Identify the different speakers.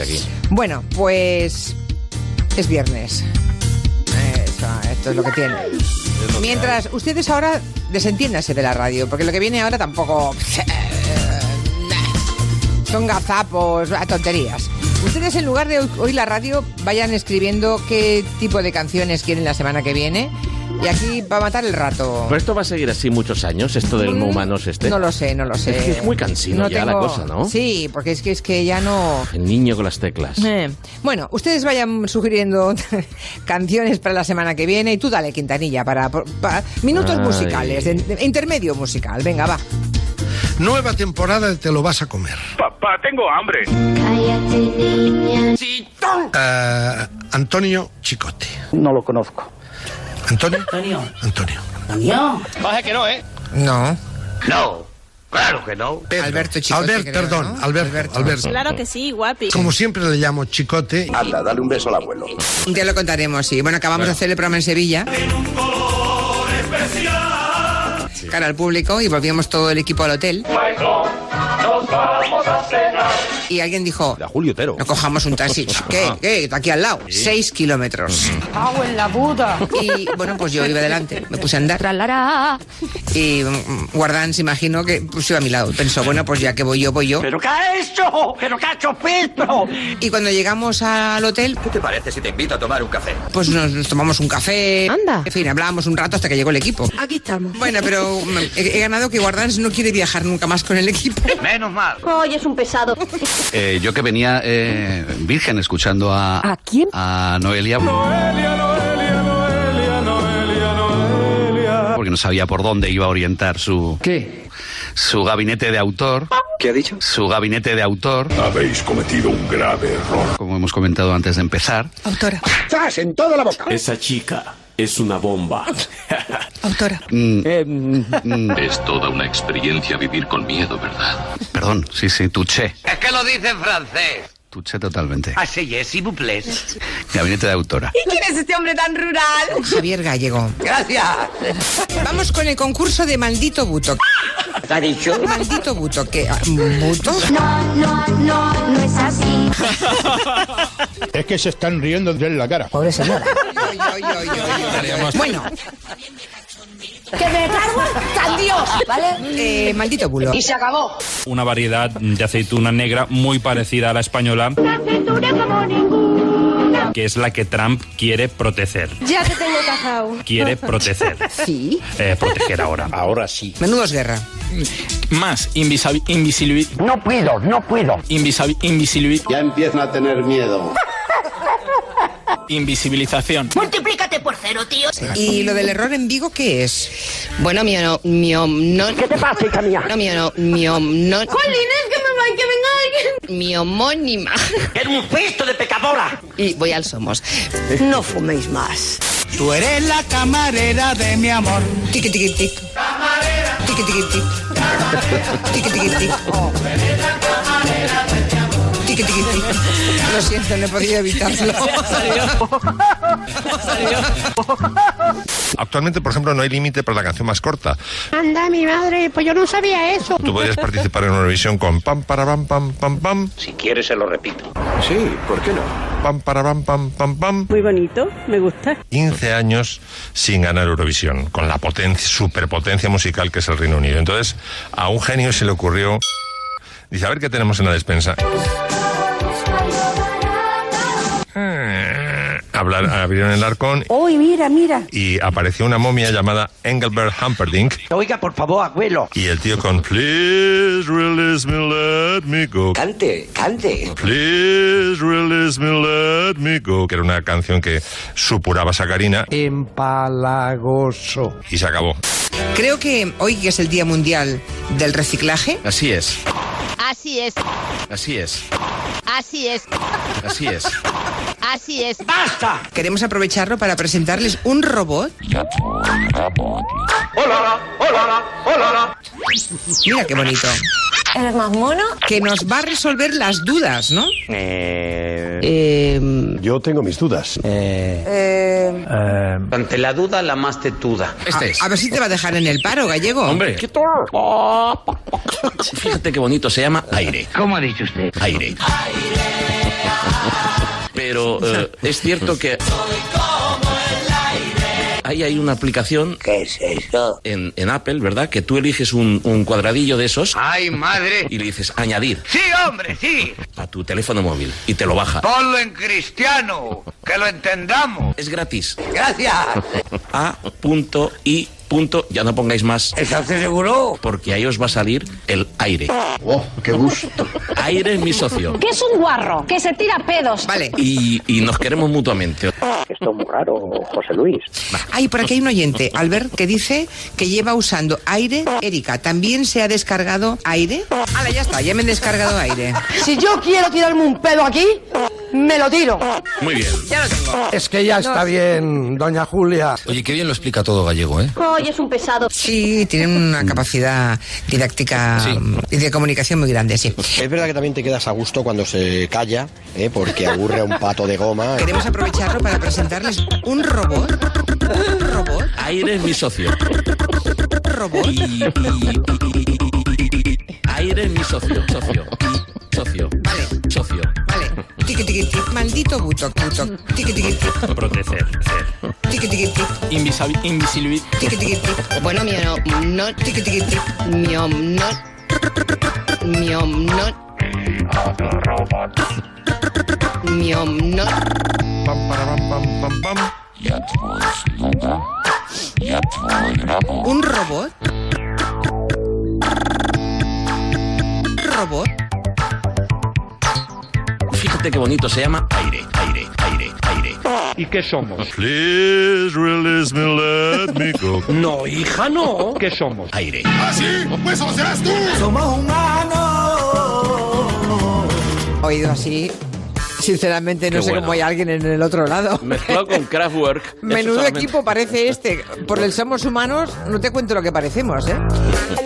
Speaker 1: aquí.
Speaker 2: Bueno, pues es viernes. Eso, esto es lo que tiene.
Speaker 1: lo que
Speaker 2: Mientras ustedes ahora desentiéndanse de la radio, porque lo que viene ahora tampoco son gazapos, ah, tonterías. Ustedes en lugar de hoy- oír la radio vayan escribiendo qué tipo de canciones quieren la semana que viene y aquí va a matar el rato.
Speaker 1: Pero esto va a seguir así muchos años, esto del no humanos este.
Speaker 2: Mm, No lo sé, no lo sé.
Speaker 1: Es que es muy cansino ya la cosa, ¿no?
Speaker 2: Sí, porque es que es que ya no.
Speaker 1: El niño con las teclas.
Speaker 2: Eh, Bueno, ustedes vayan sugiriendo canciones para la semana que viene y tú dale, Quintanilla, para, para minutos
Speaker 1: Ay.
Speaker 2: musicales, de- de intermedio musical. Venga, va.
Speaker 3: Nueva temporada de Te lo vas a comer.
Speaker 4: Papá, tengo hambre.
Speaker 5: Cállate, niña.
Speaker 3: Ah, Antonio Chicote.
Speaker 6: No lo conozco.
Speaker 3: ¿Antonio? Antonio. Antonio. ¿eh?
Speaker 2: No.
Speaker 1: No, claro que no.
Speaker 2: Alberto Chicote,
Speaker 3: Albert,
Speaker 2: creo,
Speaker 3: perdón.
Speaker 2: ¿no?
Speaker 3: Alberto,
Speaker 2: Alberto.
Speaker 3: Alberto.
Speaker 7: Claro que sí, guapi.
Speaker 3: Como siempre le llamo Chicote.
Speaker 6: Anda, dale un beso al abuelo.
Speaker 2: Un día lo contaremos, sí. Bueno, acabamos de hacer el programa en Sevilla. Cara al público y volvíamos todo el equipo al hotel. Y alguien dijo,
Speaker 1: A Julio Otero.
Speaker 2: no cojamos un taxi. ¿Qué? ¿Qué? Está aquí al lado. Seis kilómetros. Y bueno, pues yo iba adelante. Me puse a andar.
Speaker 5: Tralará.
Speaker 2: Y mm, Guardán se imaginó que pues, iba a mi lado. Pensó, bueno, pues ya que voy yo, voy yo.
Speaker 6: ¿Pero qué ha hecho? ¿Pero qué ha hecho Pedro?
Speaker 2: Y cuando llegamos al hotel,
Speaker 6: ¿Qué te parece si te invito a tomar un café?
Speaker 2: pues nos tomamos un café.
Speaker 8: Anda.
Speaker 2: En fin, hablábamos un rato hasta que llegó el equipo.
Speaker 8: Aquí estamos.
Speaker 2: Bueno, pero mm, he, he ganado que Guardán no quiere viajar nunca más con el equipo.
Speaker 6: Menos mal.
Speaker 5: Hoy es un pesado.
Speaker 6: yo que venía eh, virgen escuchando a...
Speaker 8: ¿A quién?
Speaker 6: A Noelia. Porque no sabía por dónde iba a orientar su... ¿Qué? Su gabinete de autor. ¿Qué ha dicho? Su gabinete de autor,
Speaker 4: Habéis cometido un grave error.
Speaker 6: como hemos comentado antes de empezar.
Speaker 8: Autora,
Speaker 6: ¡Zas! En toda la boca.
Speaker 9: Esa chica es una bomba.
Speaker 8: autora.
Speaker 4: Es toda una experiencia vivir con miedo, ¿verdad?
Speaker 6: Perdón, sí, sí, tuché.
Speaker 10: Es que lo dice en francés.
Speaker 6: Tuché totalmente.
Speaker 10: Así es, s'il vous plaît.
Speaker 6: Gabinete de autora.
Speaker 8: ¿Quién es este hombre tan rural?
Speaker 2: Javier Gallego.
Speaker 10: Gracias.
Speaker 2: Vamos con el concurso de maldito buto.
Speaker 10: ¿Te ha dicho?
Speaker 2: Maldito buto, que ah, buto.
Speaker 5: No, no, no, no es así.
Speaker 3: Es que se están riendo de la cara.
Speaker 2: Pobre señora. Bueno.
Speaker 5: Que me cargo hasta Dios, ¿vale?
Speaker 2: Eh, maldito bulo.
Speaker 5: se acabó.
Speaker 9: Una variedad de aceituna negra muy parecida a la española, que es la que Trump quiere proteger.
Speaker 8: Ya te tengo cazao.
Speaker 9: Quiere proteger.
Speaker 8: Sí.
Speaker 9: Eh, proteger ahora.
Speaker 1: Ahora sí.
Speaker 2: Menudos guerra.
Speaker 9: Más invisible.
Speaker 10: No puedo, no puedo.
Speaker 9: Invisible.
Speaker 6: Ya empiezan a tener miedo.
Speaker 9: Invisibilización.
Speaker 5: Multiplícate por cero, tío.
Speaker 2: ¿Y lo del error en Vigo qué es?
Speaker 8: Bueno, mío no, mío no. ¿Qué te pasa, hija mía? No, mío no, mío no. ¡Jolín, es que me que Mi homónima.
Speaker 10: ¡Es un puesto de pecadora!
Speaker 8: Y voy al Somos. No fuméis más.
Speaker 6: Tú eres la camarera de mi amor.
Speaker 2: Tiki tiki tic. Tiki tiki tic. Tiki tiki tic. Tiki tiki tic. Lo siento, no he podido evitarlo.
Speaker 3: Actualmente, por ejemplo, no hay límite para la canción más corta.
Speaker 5: Anda, mi madre, pues yo no sabía eso.
Speaker 3: Tú podrías participar en Eurovisión con pam para pam pam pam pam
Speaker 6: Si quieres, se lo repito.
Speaker 3: pam para pam pam pam pam.
Speaker 7: Muy bonito, me gusta.
Speaker 3: 15 años sin ganar Eurovisión, con la potencia, superpotencia musical que es el Reino Unido. Entonces, a un genio se le ocurrió. Dice, a ver qué tenemos en la despensa. Eh, Hablar, abrieron el arcón
Speaker 5: Uy, mira, mira.
Speaker 3: y apareció una momia llamada Engelbert Humperdinck
Speaker 10: Oiga, por favor, abuelo.
Speaker 3: y el tío con Please release me, let me go.
Speaker 10: Cante, cante.
Speaker 3: Please release me, let me go. Que era una canción que supuraba sacarina
Speaker 6: Empalagoso.
Speaker 3: y se acabó.
Speaker 2: Creo que hoy que es el Día Mundial del Reciclaje,
Speaker 6: Así es,
Speaker 5: Así es,
Speaker 6: así es,
Speaker 5: así es,
Speaker 6: así es.
Speaker 5: así es.
Speaker 10: ¡Basta!
Speaker 2: queremos aprovecharlo para presentarles un robot. Mira qué bonito.
Speaker 8: ¿Eres más mono?
Speaker 2: Que nos va a resolver las dudas, ¿no?
Speaker 6: Yo tengo mis dudas.
Speaker 10: Ante la duda, la más tetuda.
Speaker 6: Este es.
Speaker 2: A, a ver si te va a dejar en el paro, gallego.
Speaker 1: Hombre. Fíjate qué bonito, se llama aire.
Speaker 10: ¿Cómo ha dicho usted?
Speaker 1: Aire. Pero eh, es cierto que ahí hay una aplicación. En, en Apple, ¿verdad? Que tú eliges un, un cuadradillo de esos. ¡Ay, madre! Y le dices añadir
Speaker 11: Sí, hombre, sí.
Speaker 1: a tu teléfono móvil y te lo baja.
Speaker 11: Ponlo en cristiano, que lo entendamos.
Speaker 1: Es gratis.
Speaker 11: Gracias.
Speaker 1: A punto y punto. Ya no pongáis más. ¿Estás seguro? Porque ahí os va a salir el aire. ¡Oh, qué gusto! Aire es mi socio.
Speaker 5: Que es un guarro, que se tira pedos.
Speaker 2: Vale.
Speaker 1: Y, y nos queremos mutuamente.
Speaker 2: Esto es muy raro, José Luis. Ay, por aquí hay un oyente, Albert, que dice que lleva usando aire. Erika, ¿también se ha descargado aire? Hala, ya está, ya me he descargado aire.
Speaker 5: Si yo quiero tirarme un pedo aquí, me lo tiro.
Speaker 1: Muy bien.
Speaker 2: Ya lo tengo.
Speaker 12: Es que ya está bien, doña Julia. Oye, qué bien lo explica todo gallego, ¿eh?
Speaker 5: Oye, es un pesado.
Speaker 2: Sí, tienen una capacidad didáctica mm, y de comunicación muy grande, sí.
Speaker 13: Es verdad que también te quedas a gusto cuando se calla, ¿eh? porque aburre a un pato de goma.
Speaker 2: Queremos aprovecharlo para presentarles un robot. Un robot.
Speaker 1: Aire es mi socio.
Speaker 2: Robot.
Speaker 1: Y- y- aire es mi socio. Socio. Socio.
Speaker 2: Vale.
Speaker 1: Socio.
Speaker 2: Vale. Tiqui, tiqui, tiqui. Maldito buto, buto. Tiqui, tiqui, tiqui.
Speaker 9: Proteger.
Speaker 2: Tiqui, tiqui, tiqui.
Speaker 9: Invisibilidad.
Speaker 2: Tiqui, tiqui, tiqui.
Speaker 8: Bueno, mi no, no,
Speaker 2: Tiqui, tiqui, tiqui.
Speaker 8: mi om, no, mi om, no, mi om, no.
Speaker 3: Pam, para, pam, pam, pam, pam.
Speaker 2: Un robot. Robot.
Speaker 1: Fíjate qué bonito se llama aire, aire, aire, aire.
Speaker 11: ¿Y qué somos?
Speaker 3: Please release me, let me go.
Speaker 11: No, hija, no. ¿Qué somos?
Speaker 1: Aire.
Speaker 3: Ah,
Speaker 11: Así, pues eso serás tú. Somos humanos.
Speaker 2: Oído así. Sinceramente no
Speaker 1: Qué
Speaker 2: sé
Speaker 1: bueno.
Speaker 2: cómo hay alguien en el otro lado.
Speaker 1: Mezclado con Kraftwerk. Eso
Speaker 2: Menudo
Speaker 1: solamente-
Speaker 2: equipo parece este. Por el somos humanos, no te cuento lo que parecemos, ¿eh?